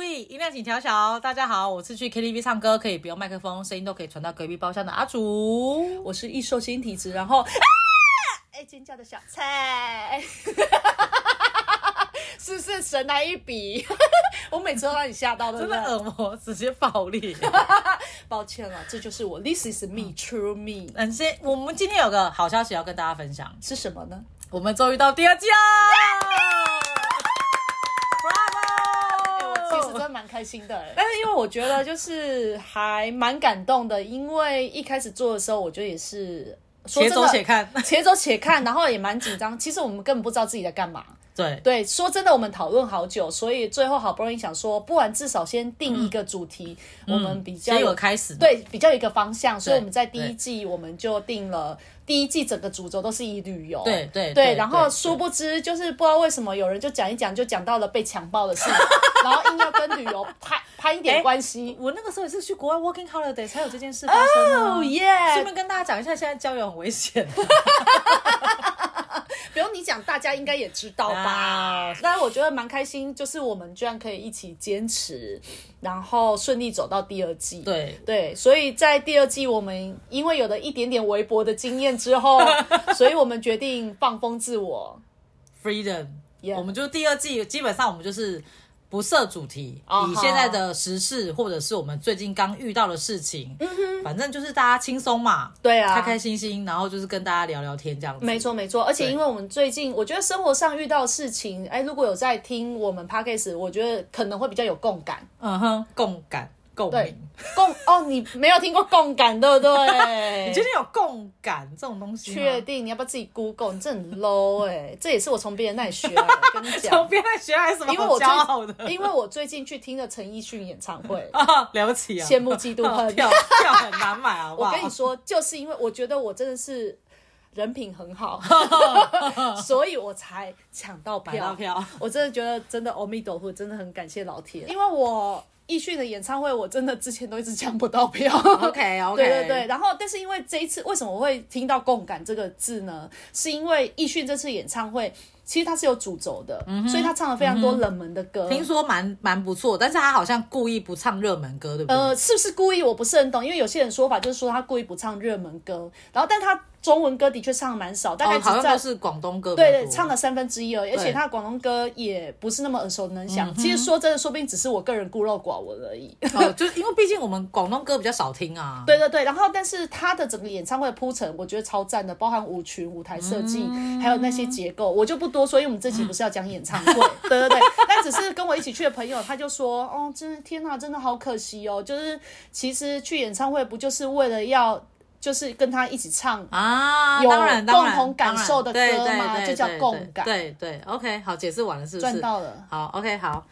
力，音量请调小。哦大家好，我是去 KTV 唱歌，可以不用麦克风，声音都可以传到隔壁包厢的阿竹。我是易受心体质，然后啊，哎、尖叫的小菜， 是不是神来一笔？ 我每次都让你吓到，对不 真对的耳膜直接爆 裂。抱歉了，这就是我，This is me, true me，嗯，先，我们今天有个好消息要跟大家分享，是什么呢？我们终于到第二季啦哎我其实真！Bravo！的蛮开心的，哎但是因为我觉得就是还蛮感动的，因为一开始做的时候，我觉得也是说且真走的且看，且走且看，然后也蛮紧张。其实我们根本不知道自己在干嘛。 对，对，说真的，我们讨论好久，所以最后好不容易想说，不然至少先定一个主题，我们比较嗯先有开始。，对比较有一个方向，所以对我们在第一季我们就定了第一季整个主轴都是以旅游，对对对对然对后对殊不知就是不知道为什么有人就讲一讲就讲到了被强暴的事， 然后硬要跟旅游拍拍一点哎关系，我那个时候也是去国外 working holiday 才有这件事发生的啊。哦耶顺！便跟大家讲一下，现在交友很危险。不用你讲，大家应该也知道吧啊？但我觉得蛮开心，就是我们居然可以一起坚持，然后顺利走到第二季。对对，所以在第二季，我们因为有了一点点微薄的经验 之后，所以我们决定放风自我。 ，freedom， Yeah 我们就第二季基本上我们就是不设主题，哦以现在的时事或者是我们最近刚遇到的事情，反正就是大家轻松嘛，对嗯啊，开开心心，然后就是跟大家聊聊天这样子。没错没错，而且对因为我们最近，我觉得生活上遇到的事情，哎，如果有在听我们 podcast，我觉得可能会比较有共感。嗯哼，共感共对鸣。，共 哦，你没有听过共感，对不对？ 你觉得有共感这种东西吗？确定？你要不要自己 Google？你这很 low 哎、这也是我从别人那里学来的，跟你从 讲。别人学来什么啊因为好我骄傲的，最因为我最近去听了陈奕迅演唱会啊，了不起啊，羡慕嫉妒 恨。票票很难买啊！我哇跟你说，就是因为我觉得我真的是人品很 好，所以我才抢到买到票。票，我真的觉得真的阿弥陀佛，真的很感谢老天，因为我奕迅的演唱会，我真的之前都一直抢不到票。 OK OK， 对对对，然后但是因为这一次为什么我会听到“共感”这个字呢？是因为奕迅这次演唱会其实他是有主轴的，所以他唱了非常多冷门的歌。听说蛮蛮不错，但是他好像故意不唱热门歌，对不对？呃，是不是故意？我不是很懂，因为有些人说法就是说他故意不唱热门歌，然后但他中文歌的确唱得蛮少，大概哦，好只像占都是广东歌比较多，对对， 唱了三分之一而已，而且对他的广东歌也不是那么耳熟能详。嗯其实说真的，说不定只是我个人孤陋寡闻而已。哦，就是因为毕竟我们广东歌比较少听啊。对对对，然后但是他的整个演唱会的铺陈，我觉得超赞的，包含舞群、舞台设计，还有那些结构，我就不多说，因为我们这期不是要讲演唱会，对对对。但只是跟我一起去的朋友，他就说，哦，真的天哪，真的好可惜哦，就是其实去演唱会不就是为了要，就是跟他一起唱。啊，有当然当然，共同感受的歌当然嘛对对对就叫对共感对对，OK，好，解释完了是不赚是？到了，好，OK，好，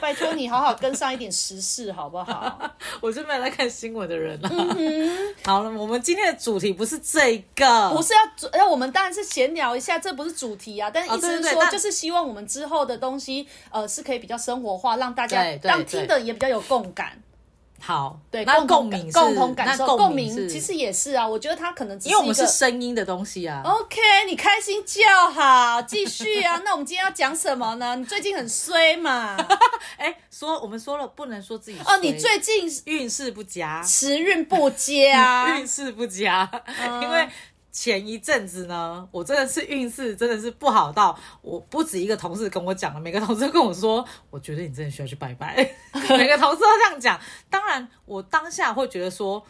拜托你好好跟上一点时事，好不好？我是没有在看新闻的人了。嗯 好了，我们今天的主题不是这个，不是要主，哎，我们当然是闲聊一下，这不是主题啊。但是哦意思对对是对说，但就是希望我们之后的东西，呃，是可以比较生活化，让大家对对让对听的也比较有共感。好，对，那共鸣是共同感受，那共鸣是其实也是啊。我觉得它可能只因为我们一是个。哦声音的东西啊。 OK，你开心就好，继续啊。那我们今天要讲什么呢？你最近很衰嘛？哎、说我们说了不能说自己 哦，衰你最近运势不佳，时运不佳，啊运势不佳，嗯因为。前一阵子呢，我真的是运势真的是不好到，我不止一个同事跟我讲了，每个同事都跟我说， 我觉得你真的需要去拜 拜，每个同事都这样讲。当然，我当下会觉得说，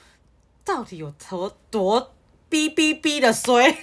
到底有多多逼逼逼的衰，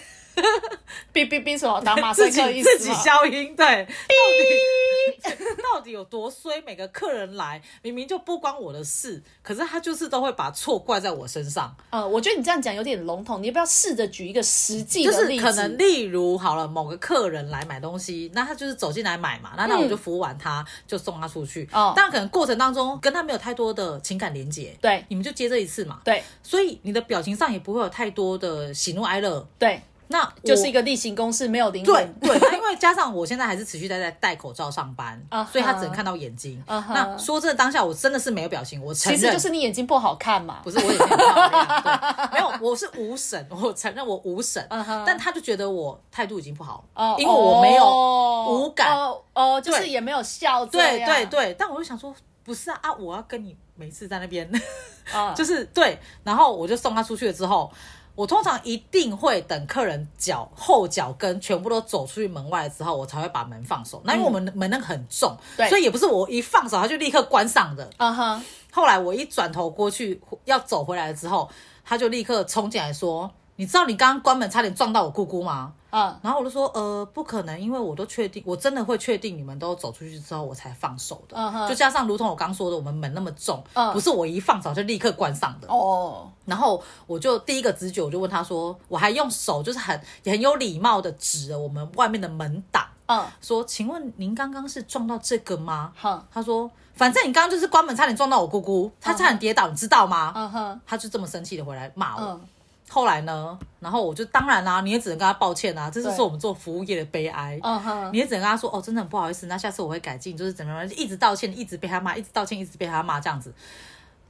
哔哔哔什么啊打马赛自克的己意思吗自己消音，对，到底 到底有多衰？每个客人来明明就不关我的事，可是他就是都会把错怪在我身上，呃，我觉得你这样讲有点笼统，你要不要试着举一个实际就的是例子？可能例如好了，某个客人来买东西，那他就是走进来买嘛，那那我就服务完他，就送他出去。嗯哦但可能过程当中跟他没有太多的情感连接，对你们就接这一次嘛，对所以你的表情上也不会有太多的喜怒哀乐，对，那我就是一个例行公事，没有灵对魂。对，那因为加上我现在还是持续待在戴口罩上 班啊哈所以他只能看到眼睛。啊哈那说真的，当下我真的是没有表情，我承其认实就是你眼睛不好看嘛不。是我眼睛很漂亮，对，没有，我是无神， 我承认我无神嗯哼但他就觉得我态度已经不好了哦因为我没有哦无感哦哦，就是对也没有笑这对样。对对，但我就想说，不是啊啊，我要跟你每次在那 边，啊，就是是对，然后我就送他出去了之后，我通常一定会等客人脚后脚跟全部都走出去门外之后，我才会把门放手。那因为我们门那个很重，嗯对所以也不是我一放手他就立刻关上的。啊哈，后来我一转头过去要走回来之后，他就立刻冲进来说：“你知道你刚刚关门差点撞到我姑姑吗？”啊然后我就说，呃，不可能，因为我都确定，我真的会确定你们都走出去之后，我才放手的。嗯哼就加上如同我刚说的，我们门那么重嗯不是我一放手就立刻关上的。哦，然后我就第一个直觉，我就问他说，我还用手就是很也很有礼貌的指了我们外面的门挡，嗯，说，请问您刚刚是撞到这个吗？好，他说，反正你刚刚就是关门差点撞到我姑姑，她差点跌倒，你知道吗？嗯哼，他就这么生气的回来骂我。嗯，后来呢，然后我就当然啦、你也只能跟他抱歉啊，这就是对我们做服务业的悲哀。嗯哼，你也只能跟他说哦，真的很不好意思，那下次我会改进，就是怎么样，一直道歉，一直被他骂，一直道歉，一直被他骂这样子。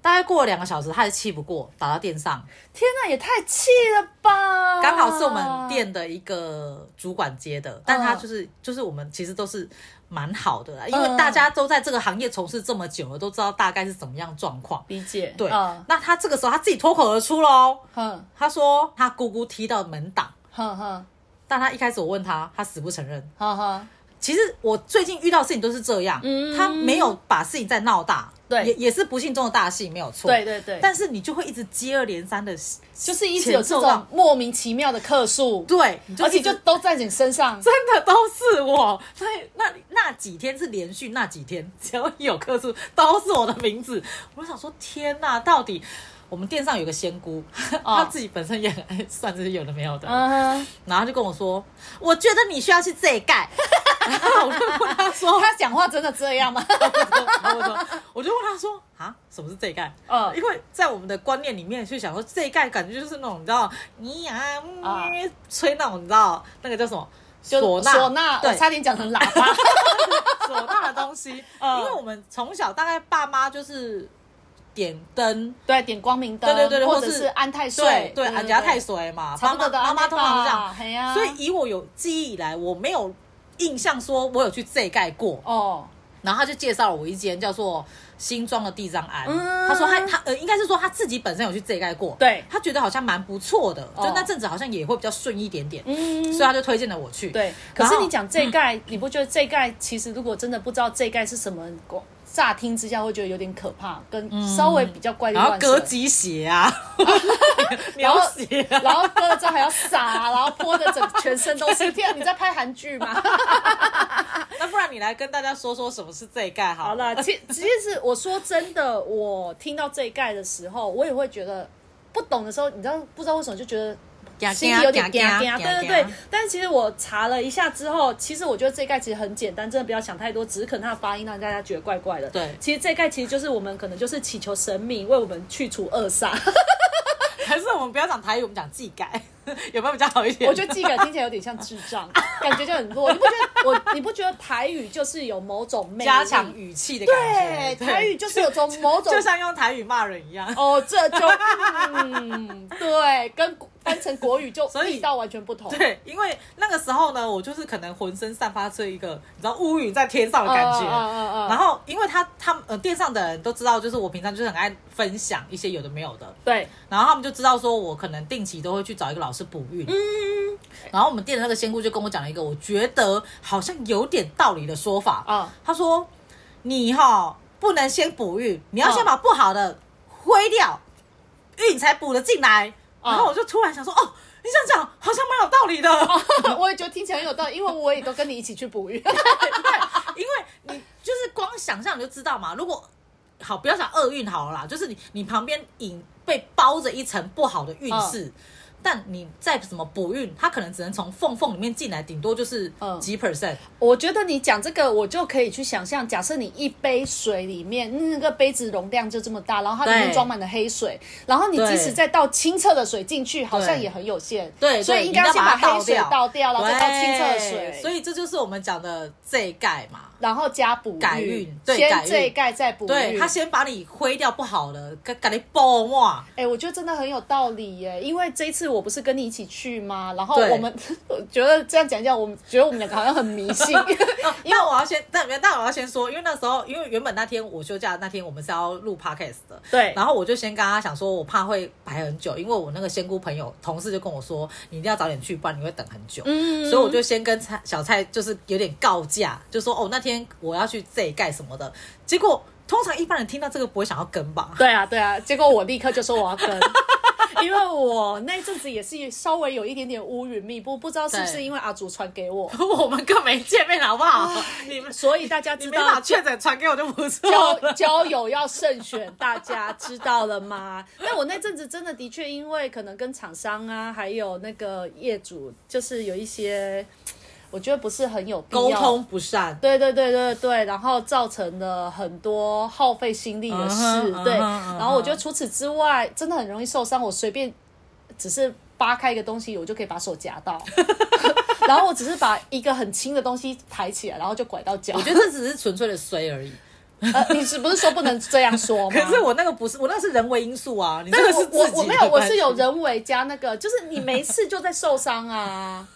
大概过了两个小时，他还气不过，打到店上，天哪，也太气了吧！刚好是我们哦店的一个主管接的，但他就是就是我们其实都是蛮好的嗯啦，因为大家都在这个行业从事这么久了，都知道大概是怎么样状况。理解，对，嗯那他这个时候他自己脱口而出喽，哼他说他姑姑踢到门挡，哼哼但他一开始我问他，他死不承认。哼哼，其实我最近遇到事情都是这样，嗯他没有把事情再闹大，对也也是不幸中的大幸，没有错。对，对对，但是你就会一直接二连三的，就是一直有这前奏种上莫名其妙的客诉，对，你而且一直就都在你身上。真的都是我，所以那那几天是连续那几天，只要有客数都是我的名字，我就想说天哪，到底。我们店上有个仙 姑，她自己本身也很 爱算这些有的没有的，哦嗯哼，然后她就跟我说，我觉得你需要去这一 盖，然后我就问她说， 他讲话真的这样吗？然后我说，我就问他说啊，什么是这一盖？哦嗯因为在我们的观念里面去想说这一盖，感觉就是那种你知道，你呀、啊嗯吹那种你知道那个叫什么就唢呐，唢呐，哦我对，差点讲成喇 叭。唢呐的东西。 嗯因为我们从小大概爸妈就是点灯，对，点光明灯，对对对或或者是是安太对岁，对，俺家太水嘛，差爸妈不多的啊妈安妈太通常是这样，吧，嘿呀，所以以我有记忆以来，我没有印象说我有去这一盖过。哦，然后他就介绍了我一间叫做新庄的地藏庵，嗯他说他他呃应该是说他自己本身有去这一盖过，对他觉得好像蛮不错的，哦就那阵子好像也会比较顺一点点，嗯所以他就推荐了我去。对，可然后是你讲这一盖，你不觉得这一盖其实如果真的不知道这一盖是什么，乍听之下会觉得有点可怕，跟稍微比较怪力嗯然后乱割神。鸡血 啊， 然流后血啊，然后割了之后还要撒，然后泼的整全身 都是。天啊，你在拍韩剧吗？那不然你来跟大家说说什么是这一盖好好了？了，其其实我说真的，我听到这一盖的时候，我也会觉得不懂的时候，你知道不知道为什么就觉得怕心里有点怕嗲怕嗲，怕对对对怕。但是其实我查了一下之后，其实我觉得这一盖其实很简单，真的不要想太多，只是可能它的发音让大家觉得怪怪的。对其实这一盖其实就是我们可能就是祈求神明为我们去除恶 煞。还是我们不要讲台语，我们讲技改， 有没有比较好一点？我觉得技改听起来有点像智 障，感觉就很弱。你不觉得我？你不觉得台语就是有某种魅力？ 加强语气的对感觉，台语就是有种某 种就像用台语骂人一样。哦，这就嗯，对，跟国翻成国语就所以味道完全不 同。对，因为那个时候呢，我就是可能浑身散发出一个你知道乌云在天上的感觉。嗯然后，因为他他呃，店上的人都知道，就是我平常就是很爱分享一些有的没有的，对，然后他们就知道说我可能定期都会去找一个老师补运。嗯。然后我们店的那个仙姑就跟我讲了一个我觉得好像有点道理的说法啊 他说：“你哈、不能先补运，你要嗯先把不好的挥掉，运才补得进来。”嗯然后我就突然想说：“哦，你这样讲好像蛮有道理的。我也觉得听起来很有道理，因为我也都跟你一起去捕鱼。 因为你就是光想象你就知道嘛。如果好，嗯不要讲厄运好了啦，就是你你旁边引被包着一层不好的运势，但你再怎么补运，它可能只能从缝缝里面进来，顶多就是嗯几 percent。 我觉得你讲这个，我就可以去想象，假设你一杯水里面那个杯子容量就这么大，然后它里面对装满了黑水，然后你对即使再倒清澈的水进去，好像对也很有限。对，所对以应该要你先把它黑水倒掉，然后再倒对清澈的水，所以这就是我们讲的这一盖嘛。然后加补改运对改先运这一盖再补对运他。先把你挥掉不好的，给给你爆哇！哎、我觉得真的很有道理耶，因为这一次我不是跟你一起去吗？然后对我们 我觉得这样讲一讲，我们觉得我们两个好像很迷信， 因哦为我要先，但但我要先说，因为那时候，因为原本那天我休假的那天，我们是要录 podcast 的，对然后我就先跟他讲说，我怕会排很久，因为我那个仙姑朋友同事就跟我说，你一定要早点去，不然你会等很久。嗯所以我就先跟蔡小蔡就是有点告假，就说哦那天我要去这一盖什么的。结果通常一般人听到这个不会想要跟吧？ 对啊，对啊，结果我立刻就说我要跟， 因为我那一阵子也是稍微有一点点乌云密布，不知道是不是对因为阿祖传给我，我们更没见面好不好？啊你们所以大家你知没道把确诊传给我就不错了。 交交友要慎选，大家知道 了吗？那我那阵子真的的确因为可能跟厂商啊，还有那个业主，就是有一些我觉得不是很有必要 沟通不善，对对对对对，然后造成了很多耗费心力的事嗯哼对。嗯哼嗯哼然后我觉得除此之外，真的很容易受伤。我随便只是扒开一个东西，我就可以把手夹到， 然后我只是把一个很轻的东西抬起来，然后就拐到脚 我。觉得这只是纯粹的衰而已。呃，你是不是说不能这样说吗？可是我那个不是，我那是人为因素啊，你但这个我是自我己我没的有，我关是系有。人为加那个，就是你没事就在受 伤啊。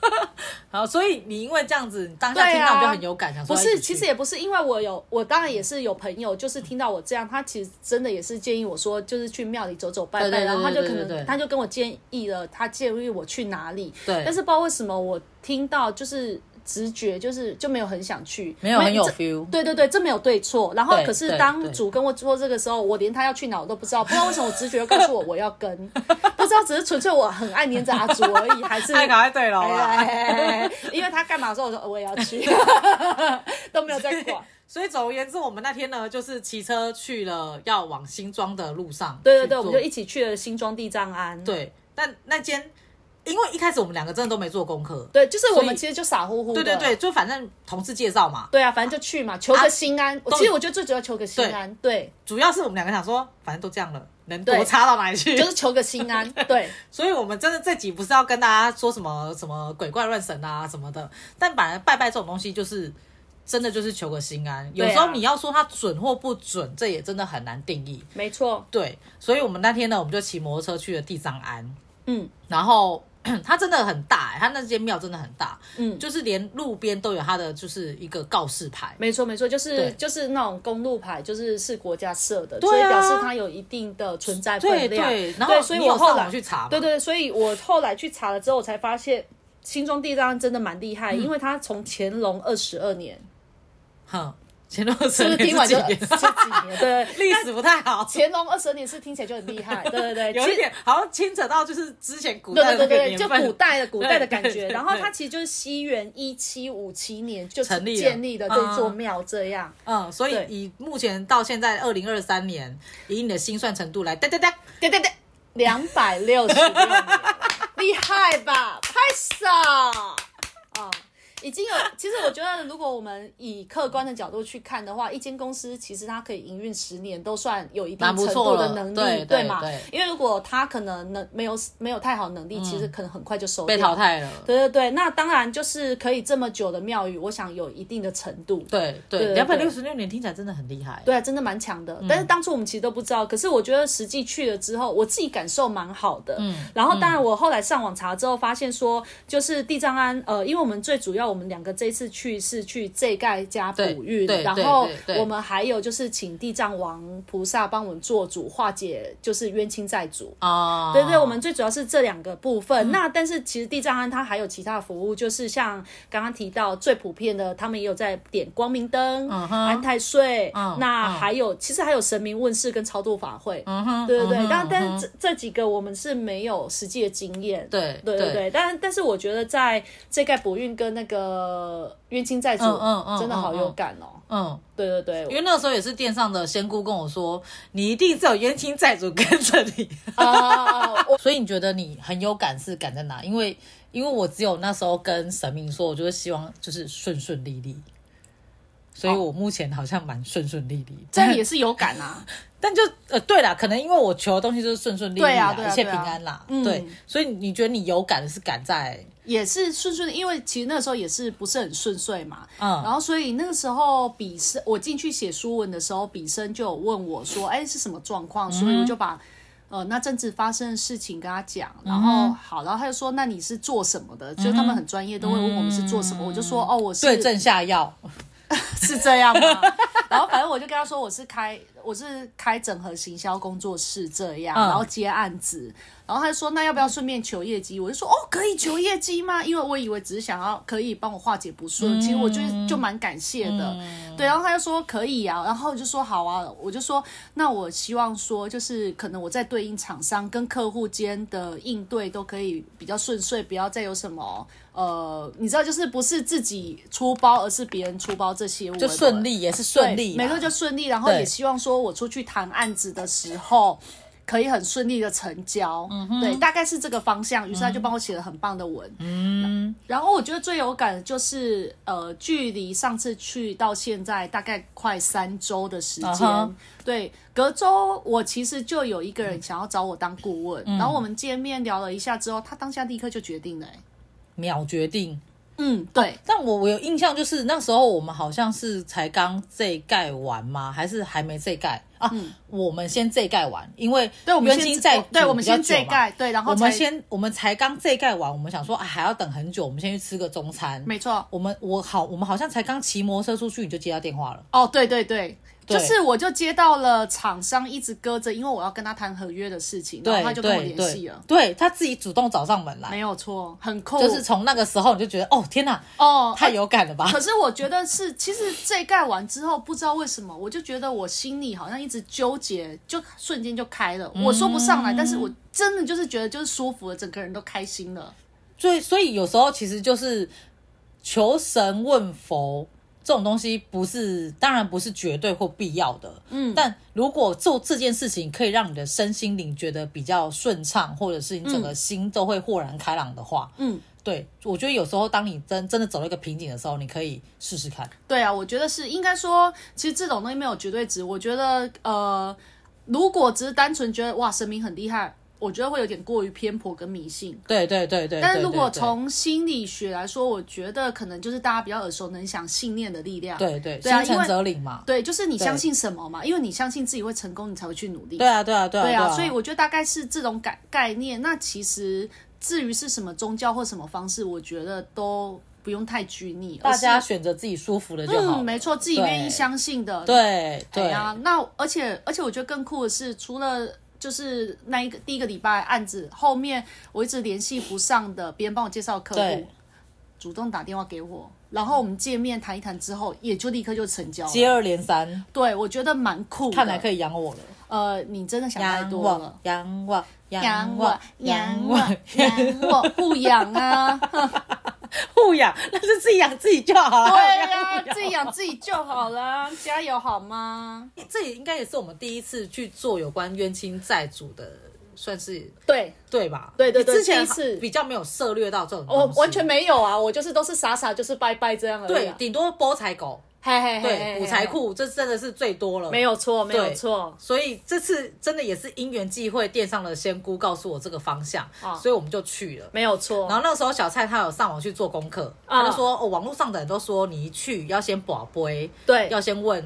好，所以你因为这样子，你当下对听啊到就很有感，想说不要一是，起其去实也不是，因为我有，我当然也是有朋友，就是听到我这样，他其实真的也是建议我说，就是去庙里走走拜拜，对对对然后他就可对对对能他就跟我建议了，他建议我去哪里，对但是不知道为什么我听到就是直觉就是就没有很想去，没有很有这 feel。对对对，这没有对错。然后对可是对当对主跟我说这个时候，我连他要去哪我都不知道，不知道为什么我直觉告诉我我要跟，不知道只是纯粹我很爱黏着阿祖而已，还是太搞太对了哎啦。哎哎因为他干嘛的时候，我说我也要去，都没有在管。所以总而言之，我们那天呢，就是骑车去了要往新庄的路上。对对对，我们就一一起去了新庄地藏庵。对。但那间，因为一开始我们两个真的都没做功课。对，就是我所们以其实就傻乎乎的。对对对，就反正同事介绍嘛，对啊，反正就去嘛，求个心安。我其实我觉得最主要求个心安，对，主要是我们两个想说，反正都这样了，能对多差到哪里去？就是求个心安。对，所以，我们真的这集不是要跟大家说什么什么鬼怪乱神啊什么的，但反正拜拜这种东西，就是真的就是求个心安。有对啊时候你要说它准或不准，这也真的很难定义。 没错。对，所以我们那天呢，我们就骑摩托车去了地藏庵，嗯然后嗯它真的很大、欸它那间庙真的很大，嗯，就是连路边都有它的就是一个告示牌。没错没错，就是对就是那种公路牌，就是是国家设的，对啊所以表示它有一定的存在对分量。对，然后所以你有我后上来网去查嘛，对对，所以我后来去查了之后，我才发现新庄地藏庵真的蛮厉害，因为它从乾隆二十二年，哼，前段 是 不是听完就是年几年？对， 历史不太好，乾隆二十二年是听起来就很厉害，对对 对，有一点好像牵扯到就是之前古其实。代对的那个对对对，年就份古代的古代的感对对觉。对然后它其实就是西元一七五七年就成立了建立的这座庙，这样嗯，所以对以目前到现在二零二三年，以你的心算程度来，哒哒哒，对对对，两百六十六年，厉害吧？拍手啊！已经有，其实我觉得，如果我们以客观的角度去看的话，一间公司其实它可以营运十年，都算有一定蛮不程错度了的能力，对对嘛对？因为如果它可能能没有没有太好能力，其实可能很快就收嗯被掉淘。汰了。对对对，那当然就是可以这么久的庙宇，我想有一定的程度。对对对，对两百六十六年听起来嗯真的很厉害。对啊，真的蛮强的。但是当初我们其实都不知道，可是我觉得实际去了之后，我自己感受蛮好的。嗯，然后当然我后来上网查之后，发现说就是地藏庵，呃，因为我们最主要我们两个这一次去是去这盖加补对运，对然对后对对我们还有就是请地藏王菩萨帮我们做主化解就是冤亲债主。啊，对对，我们最主要是这两个部分。嗯那但是其实地藏庵它还有其他的服务，就是像刚刚提到最普遍的，他们也有在点光明灯、安太岁。嗯那嗯还有其实还有神明问世跟超度法会。嗯哼，对对嗯对，哼但嗯但哼是这这几个我们是没有实际的经验。对对对对，但但是我觉得在这盖补运跟那个个冤亲债主，嗯嗯嗯真的好嗯嗯有感哦。嗯，对对对，因为那时候也是店上的仙姑跟我说，你一定是有冤亲债主跟着你，啊， 我所以你觉得你很有感是感在哪？因为因为我只有那时候跟神明说，我就是希望就是顺顺利利，所以我目前好像蛮顺顺利利的，哦这样也是有感啊。但就呃，对啦，可能因为我求的东西就是顺顺利利对啦，啊对啊一切对平啊安啦，嗯对，所以你觉得你有感的是感在，也是顺顺的，因为其实那时候也是不是很顺遂嘛，嗯然后所以那个时候笔生我进去写书文的时候，笔生就有问我说，哎、是什么状嗯况？所以我就把。呃，那阵子发生的事情跟他讲，嗯然后好，然后他就说，那你是做什么的？就是他们很专业，都会问我们是做什么。我就说，哦，我嗯是对症下药，是这样吗？然后反正我就跟他说，我是开我是开整合行销工作室这样，嗯然后接案子。然后他就说，那要不要顺便求业绩？我就说，哦，可以求业绩吗？因为我以为只是想要可以帮我化解不嗯顺，其实我就就蛮感谢的。对，然后他就说可以啊，然后我就说好啊，我就说那我希望说就是可能我在对应厂商跟客户间的应对都可以比较顺遂，不要再有什么呃，你知道就是不是自己出包，而是别人出包这些，就顺。利也是顺利对啦，每个就顺利，然后也对希望说我出去谈案子的时候可以很顺利的成交，嗯对，大概是这个方向。于是他就帮我写了很棒的文，嗯，然后我觉得最有感的就是呃，距离上次去到现在大概快三周的时间嗯哼对，隔周我其实就有一个人想要找我当顾问，嗯然后我们见面聊了一下之后，他当下立刻就决定了、欸秒决定。嗯，对，但我我有印象，就是那时候我们好像是才刚这一盖完吗？还是还没这一盖啊？我们先这一盖完，因为嗯对，我们冤先亲债主对，我们先比较久这嘛一盖，对，然后我们才先我们才刚这一盖完，我们想说啊还要等很久，我们先去吃个中餐。没错，我们我好，我们好像才刚骑摩托车出去，你就接到电话了。哦，对对对，对就是我就接到了厂商一直搁着，因为我要跟他谈合约的事情，然后对他就跟我对联对系了，，对他自己主动找上门来，没有错，很酷，就是啊从那个时候你就觉得哦天哪，哦，太有感了吧？可是我觉得是，其实这一盖完之后，不知道为什么，我就觉得我心里好像一直纠结，就瞬间就开了，我说不嗯上来，但是我真的就是觉得就是舒服了，整个人都开心了。所以所以有时候其实就是求神问佛这种东西，不是当然不是绝对或必要的，嗯，但如果做这件事情可以让你的身心灵觉得比较顺畅，或者是你整个心都会豁然开朗的话，嗯，对我觉得有时候当你真真的走到一个瓶颈的时候，你可以试试看。对啊，我觉得是应该说，其实这种东西没有绝对值。我觉得，呃，如果只是单纯觉得哇神明很厉害，我觉得会有点过于偏颇跟迷信。对对对对，但是如果对对从心理学来说，我觉得可能就是大家比较耳熟能详信念的力量。对对对啊心因为诚则灵嘛，对，就是你对相信什么嘛？因为你相信自己会成功，你才会去努力。对啊对啊对啊对啊啊，所以我觉得大概是这种概概念。那其实至于是什么宗教或什么方式，我觉得都不用太拘泥，大家而是选择自己舒服的就好了。嗯，没错，自己愿意对相信的，对对对啊，那而且而且我觉得更酷的是，除了就是那一个第一个礼拜案子，后面我一直联系不上的，别人帮我介绍客户对，主动打电话给我，然后我们见面谈一谈之后，也就立刻就成交接了。二连三，对，我觉得蛮酷的。看来可以，以养我了。呃，你真的想太养多我了。，养我，养我我，，养我，养我，不养啊！ 护养，那就自己养自己就好了。对啊不要，自己养自己就好了，加油好吗？ 这也应该也是我们第一次去做有关冤亲债主的，算是对，对吧？对对对你之前第一次比较没有涉略到这种东西，我完全没有啊，我就是都是傻傻就是拜拜这样而已对啊、，顶多波财狗，嘿嘿嘿嘿对，嘿补财库，这真的是最多了。没。有错，没有对错。所以这次真的也是因缘际会，店上的仙姑告诉我这个方向，哦所以我们就去了。没有错，然后那时候小蔡他有上网去做功课，啊他就说哦，网络上的人都说你一去要先保杯，对要先问，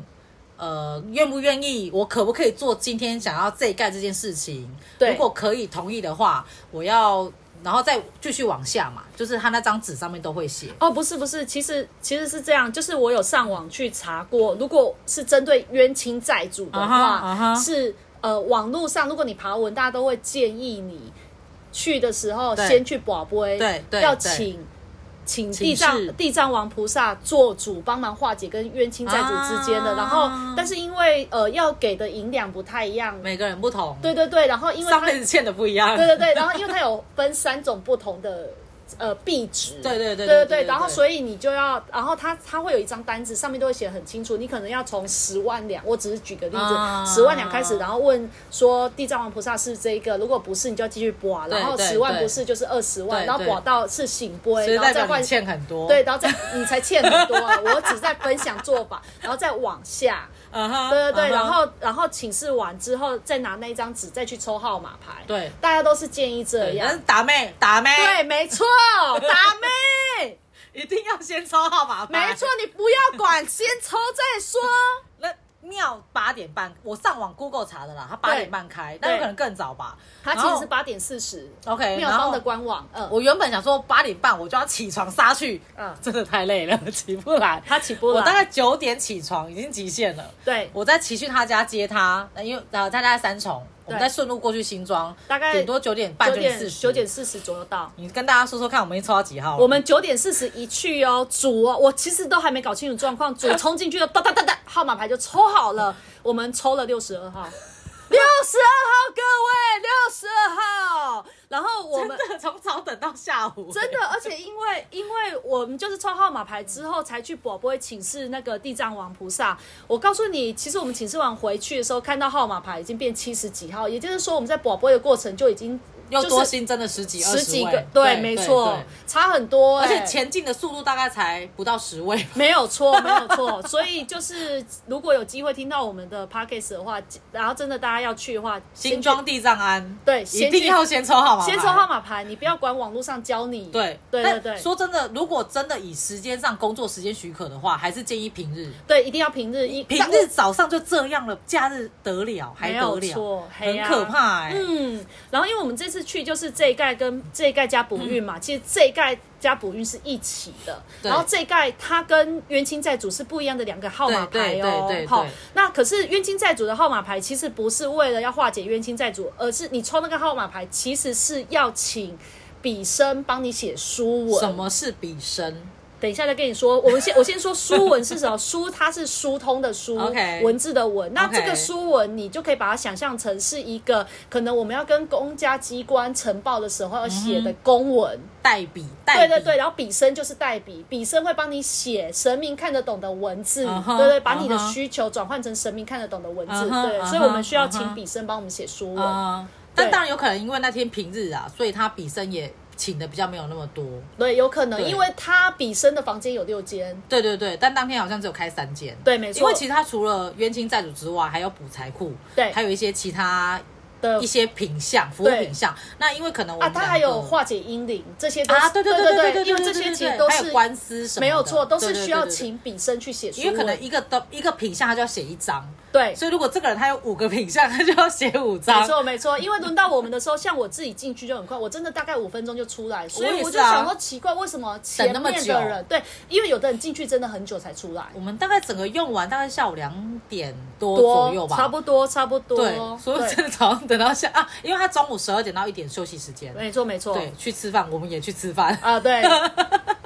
呃，愿不愿意，我可不可以做今天想要这一盖这件事情？对如果可以同意的话，我要然后再继续往下嘛，就是他那张纸上面都会写。哦，不是不是，其实其实是这样，就是我有上网去查过，如果是针对冤亲债主的啊哈话啊哈是呃网络上，如果你爬文，大家都会建议你去的时候对先去保杯，对对要对请。请请地藏示地藏王菩萨做主，帮忙化解跟冤亲债主之间的。啊然后，但是因为呃要给的银两不太一样，每个人不同，对对对，然后因为上他 辈子欠的不一样，对对对，然后因为它有分三种不同的呃壁纸，对对对对对对对然后所以你就要，然后他他会有一张单子，上面都会写得很清楚，你可能要从十万两，我只是举个例啊子，十、万两开始，然后问说地藏王菩萨是这一个，如果不是你就要继续拨啊，对然后对十万对不是就是二十万，对然后对拨到是醒波，所以然后代再表换你欠很多。对，，然后再你才欠很多啊，我只是在分享做法，然后再往下，嗯哼，对对对，嗯哼然后然后请示完之后，再拿那一张纸再去抽号码牌。对大家都是建议这对，但样是。打妹打妹，对，没错，打 妹，一定要先抽号码牌。没错，，你不要管，先抽 再说。那庙八点半，我上网 Google 查的啦，它八点半开，但有可能更早吧。它其然实后是八点四十 OK，妙然后方的官网，嗯，我原本想说八点半我就要起床杀去，嗯真的太累了， 起不来。它起波我了，大概九点起床，已经极限了。对，我再骑去他家接他，那因为呃他家在三重，我们对再顺路过去新庄，大概顶多九点半、九九点四点十、九点。四十左右到。你跟大家说说看，我们已经抽到几号了？我们九点四十一去哦，组哦，我其实都还没搞清楚状况，组冲进去就哒哒哒哒，号码牌就抽好了，我们抽了六十二号， 六十二号各位，六十二号，然后我 真们。的从早等到下午、真的，而且因为因为我们就是抽号码牌之后才去宝贝请示那个地藏王菩萨。我告诉你，其实我们请示完回去的时候，看到号码牌已经变七十几号，也就是说我们在宝贝的过程就已经又就是多新增了十几、二十几位个，对，没错，差很多、而且哎前进的速度大概才不到十位吧。 没有错，没有错。 所以就是，如果有机会听到我们的 podcast 的话，然后真的大家要去的话，新庄地藏庵，对一先定去要先抽号码牌，先抽号码牌，你不要管网络上教你。对对对但对，说真的，如果真的以时间上工作时间许可的话，还是建议平日。对，一定要平日一平日早上就这样了，假日得了还没得有了，错，嘿很呀可。怕哎、嗯，然后因为我们这次去就是这一盖跟这一盖加补运嘛，其实这一盖加补运是一起的，嗯对然后这一盖它跟冤亲债主是不一样的两个号码牌对哦对对对，好对，那可是冤亲债主的号码牌其实不是为了要化解冤亲债主，而是你抽那个号码牌其实是要请笔生帮你写书文，什么是比身？等一下再跟你说，我们先我 先说书文是什么？书它是疏通的疏 OK 文字的文。那 OK 这个书文你就可以把它想象成是一个可能我们要跟公家机关呈报的时候要写的公文。代笔，嗯代对笔对对，，然后笔生就是代笔，笔生会帮你写神明看得懂的文字嗯哼对对，把你的嗯哼需求转换成神明看得懂的文字嗯哼对嗯哼所以我们需要嗯请哼笔生帮我们写书文。嗯，但当然有可能因为那天平日啊，所以他比身也请的比较没有那么多。对，有可能，对因为他笔生的房间有六间，对对对，但当天好像只有开三间。对，没因错为，其实他除了冤亲债主之外，还有补财库，对还有一些其他的一些品项、服务对品项。那因为可能我啊，们它两还有个化解阴灵，这些都是啊，对对对对对对，因为对这对些对其实对都还有是官司什么的，没有错，都是对需要。对对对请笔生去写书因为可能文一个都一个品项，他就要写一张，对。所以如果这个人他有五个品项，他就要写五没张。错没错，因为轮到我们的时候，像我自己进去就很快，我真的大概五分钟就出来，所我以也我是就啊想说奇怪，为什么前等那么面久的人对，因为有的人进去真的很久才出来，我们大概整个用完，大概下午两点多多左右吧，差不多差不多，对，所以真的早上等到下啊，因为他中午十二点到一点休息时间，没错没错，对，去吃饭，我们也去吃饭，啊对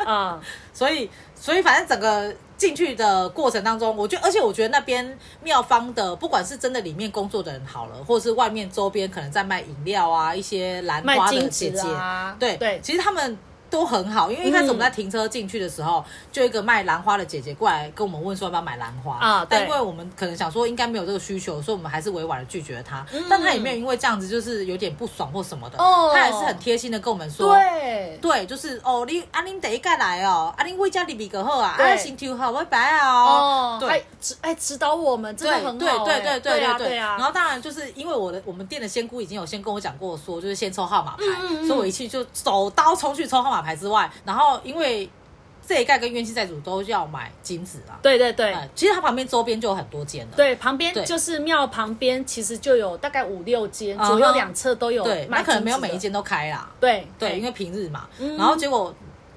啊所以所以反正整个进去的过程当中，我觉得，而且我觉得那边妙方的，不管是真的里面工作的人好了，或者是外面周边可能在卖饮料啊，一些兰卖花的金姐纸姐，啊，对对其实他们。都很好，因为一开始我们在停车进去的时候，就有一个卖兰花的姐姐过来跟我们问说要不要买兰花啊但对因为我们可能想说应该没有这个需求，所以我们还是委婉的拒绝她。嗯但她也没有因为这样子就是有点不爽或什么的，哦她还是很贴心的跟我们说，对对，就是哦，你啊，恁第一届来哦，啊，恁为家里比个好啊，对啊，心情好，拜拜啊哦哦，，对还。指哎指导我们真对的很对好对哎，对对对啊对啊，然后当然就是因为我的我们店的仙姑已经有先跟我讲过说，就是先抽号码牌，嗯嗯嗯所以我一去就手刀冲去抽号码牌之外，然后因为这一盖跟冤亲债主都要买金子啊，对对对，哎其实它旁边周边就有很多间了，对，旁边对就是庙旁边，其实就有大概五六间，嗯哼左右两侧都有对，那卖可能没有金子每的一，间都开啦，对对，因为平日嘛，嗯然后结果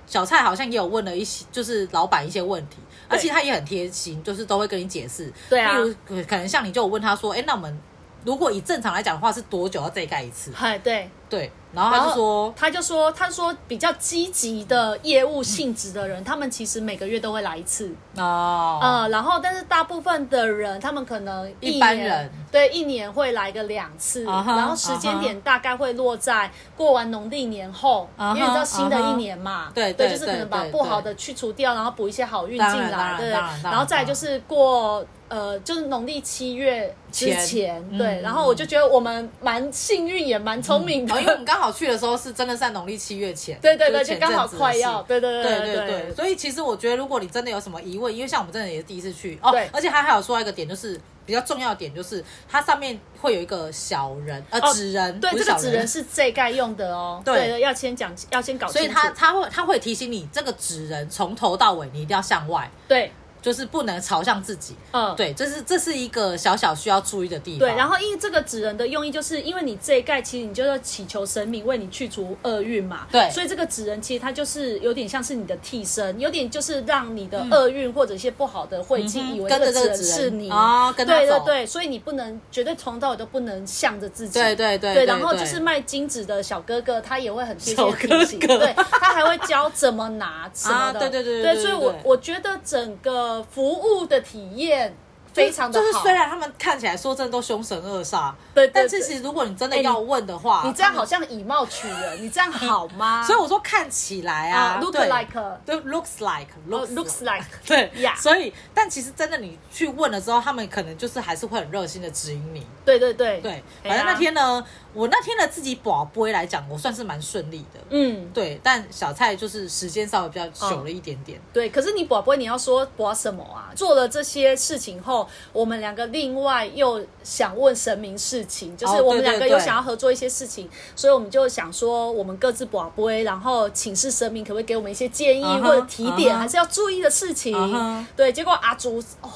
小蔡好像也有问了一些，就是老板一些问题，而且对他也很贴心，就是都会跟你解释。对啊例如可可能像你就有问他说，哎，那我们如果以正常来讲的话，是多久要再盖一次？嗨对对，然后他就说，他就说，他说比较积极的业务性质的人，他们其实每个月都会来一次，哦，呃，然后但是大部分的人，他们可能一一般年人对一年会来个两次啊哈然后时间点大概会落在过完农历年后啊哈啊因为你知道新的一年嘛对对，对就是可能对把对不好的去除掉，然后补一些好运进当然当来，然对，当然当然然后再来就是过。呃，就是农历七月之前，前对，嗯然后我就觉得我们蛮幸运，也蛮聪明的，哦因为我们刚好去的时候是真的是在农历七月前， 对对对，是就前刚好阵子的快事要，对对对对对对，所以其实我觉得，如果你真的有什么疑问，因为像我们真的也是第一次去哦对，而且他还有说到一个点，就是比较重要的点，就是它上面会有一个小人呃哦纸人，对，不这是个小纸人是这盖用的哦，对对，要先讲，要先搞所清楚，以他他会他会提醒你，这个纸人从头到尾你一定要向外，对，就是不能朝向自己。嗯，对，这是这是一个小小需要注意的地方。对，然后因为这个纸人的用意，就是因为你这一盖，其实你就要祈求神明为你去除厄运嘛。对所以这个纸人其实它就是有点像是你的替身，有点就是让你的厄运或者一些不好的晦气，嗯哼以为这跟着这个纸个人纸人是你哦跟他对对走对，所以你不能绝对从头到尾都不能向着自己。对对对对，对然后就对是卖金纸的小哥哥，他也会很贴小心地提醒，哥哥对他还会教怎么拿什么的，啊对对对对对，对所以对我对我觉得整个服务的体验非常的就好，是虽然他们看起来说真的都凶神恶煞，对对但对是其实如果你真的哎你要问的话，你这样他们好像以貌取人，你这样好 吗？所以我说看起来啊啊，look 对 like 对，looks like Oh, looks looks like 对 Yeah 所以但其实真的你去问了之后，他们可能就是还是会很热心的指引你。 对对对对，哎呀反正那天呢，我那天的自己宝杯来讲，我算是蛮顺利的。嗯对，但小蔡就是时间稍微比较久了一点点。对，可是你宝贝你要说宝什么啊？做了这些事情后，我们两个另外又想问神明事情，就是哦我们对对两个又对想要合作一些事情，所以我们就想说我们各自宝贝，然后请示神明可不可以给我们一些建议嗯哼或者提点，嗯哼还是要注意的事情嗯哼。对，结果阿竹哦。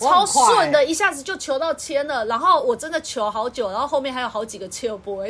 我很超快顺的，一下子就求到签了，然后我真的求好久，然后后面还有好几个切波，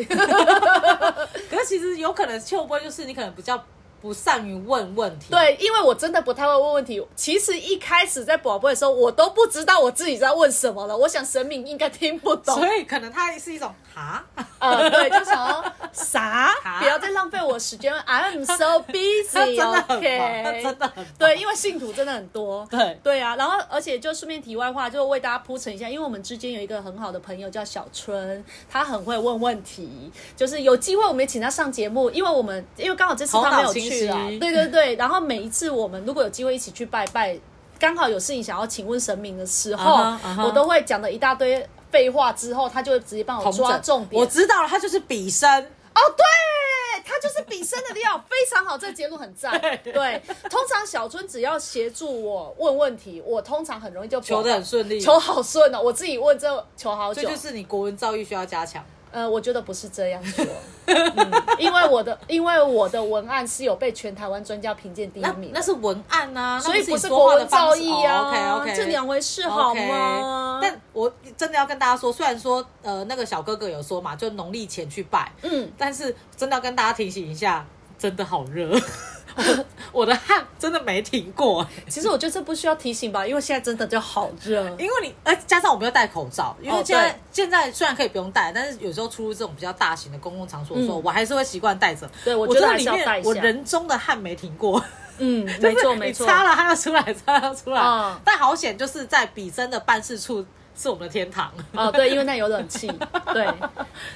嗯可是其实有可能秋波就是你可能比较不善于问问题。对，因为我真的不太会问问题。其实一开始在宝贝的时候，我都不知道我自己在问什么了。我想神明应该听不懂，所以可能他是一种哈，呃，对，就想要 啥啊，不要再浪费我时间。I'm so 他 真 busy, 的很忙，他 OK？真的很忙对，因为信徒真的很多。对对啊，然后而且就顺便题外话，就为大家铺陈一下，因为我们之间有一个很好的朋友叫小春，他很会问问题，就是有机会我们也请他上节目，因为我们因为刚好这次他没有去头脑清，啊晰对对对，然后每一次我们如果有机会一起去拜拜，刚好有事情想要请问神明的时候嗯哼嗯哼我都会讲了一大堆废话，之后他就会直接帮我同抓整重点我。知道了，他就是比身。哦，对，他就是比生的料，非常好，这个节目很赞。对，通常小春只要协助我问问题，我通常很容易就求得很顺利求好顺哦。我自己问这求好这久就，是你国文造诣需要加强。呃，我觉得不是这样说，嗯因为我的因为我的文案是有被全台湾专家评鉴第一那名那的。是文案啊，所以那不不是是你说国话文的方造式诣啊哦、，OK OK，这两回事好吗？但我真的要跟大家说，虽然说呃那个小哥哥有说嘛，就农历前去拜，嗯，但是真的要跟大家提醒一下，真的好热， 我我的汗真的没停过，其实我觉得这不需要提醒吧，因为现在真的就好热。因为你呃加上我没有戴口罩，因哦为现在、对现在虽然可以不用戴，但是有时候出入这种比较大型的公共场所的时候，嗯我还是会习惯戴着。对我我觉得真的还是里要戴面一下我人中的汗没停过。嗯， 就没是错你没错。擦了它要出来，擦了要出来。嗯但好险，就是在比真的办事处是我们的天堂， 哦，对，因为那有冷气，对，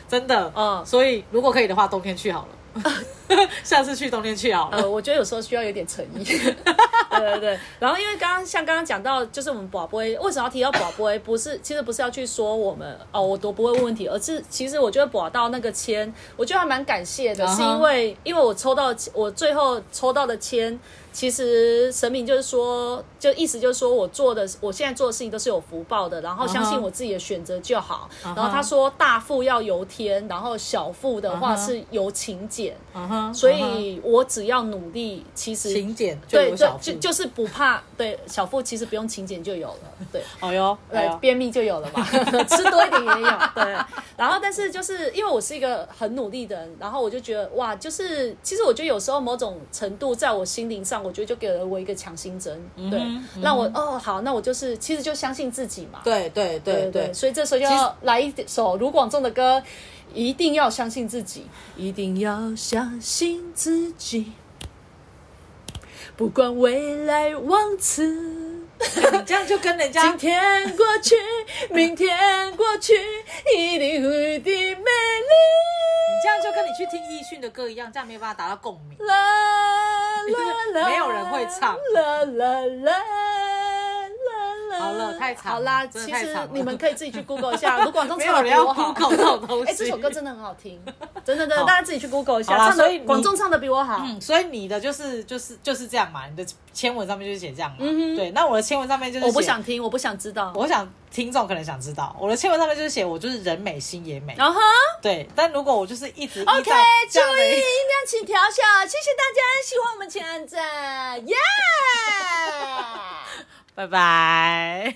真的。嗯所以如果可以的话，冬天去好 了，下次去冬天去好了。呃，我觉得有时候需要有点诚意， 对对对。然后因为刚刚像刚刚讲到，就是我们宝贝为什么要提到宝贝，不是其实不是要去说我们哦我多不会问问题，而是其实我觉得宝到那个签，我觉得还蛮感谢的，嗯哼是因为因为我抽到我最后抽到的签。其实神明就是说，就意思就是说我做的，我现在做的事情都是有福报的，然后相信嗯哼我自己的选择就好。嗯哼然后他说大富要由天，然后小富的话嗯哼是由勤俭。嗯哼所嗯哼以我只要努力，其实勤俭就有对对小，就腹。就是不怕对小腹，其实不用勤俭就有了，对。哎呦，哎对，呦，便秘就 有了嘛，吃多一点也有。对，然后但是就是因为我是一个很努力的人，然后我就觉得哇，就是其实我觉得有时候某种程度在我心灵上上，我觉得就给了我一个强心针，嗯对，让我哦好，那我就是其实就相信自己嘛，对对对对，所以这时候就要来一首卢广仲的歌，一定要相信自己，一定要相信自己，不管未来往此。你这样就跟人家今天过去，明天过去，一定会的美丽。你这样就跟你去听易迅的歌一样，这样没有办法达到共鸣。啦啦啦，没有人会唱啦啦啦啦啦。好了太长了好啦，真的其太实长了你们可以自己去 Google 一下，卢广仲没唱有的人要多好。 Google 这种东西。哎，这首歌真的很好听，真的真的，好大家自己去 Google 一下。好啦唱所以的你广仲唱的比我好。嗯，所以你的就是就是就是这样嘛，你的签文上面就是写这样嘛。嗯哼对，那我的签文上面就是我不写想听，我不想知道。我想听众可能想知道，我的签文上面就是写我就是人美心也美，然后对。但如果我就是一直依照哦 OK，这注样的意一音量，请调小。谢谢大家，喜啊欢我们请按赞，耶、拜拜。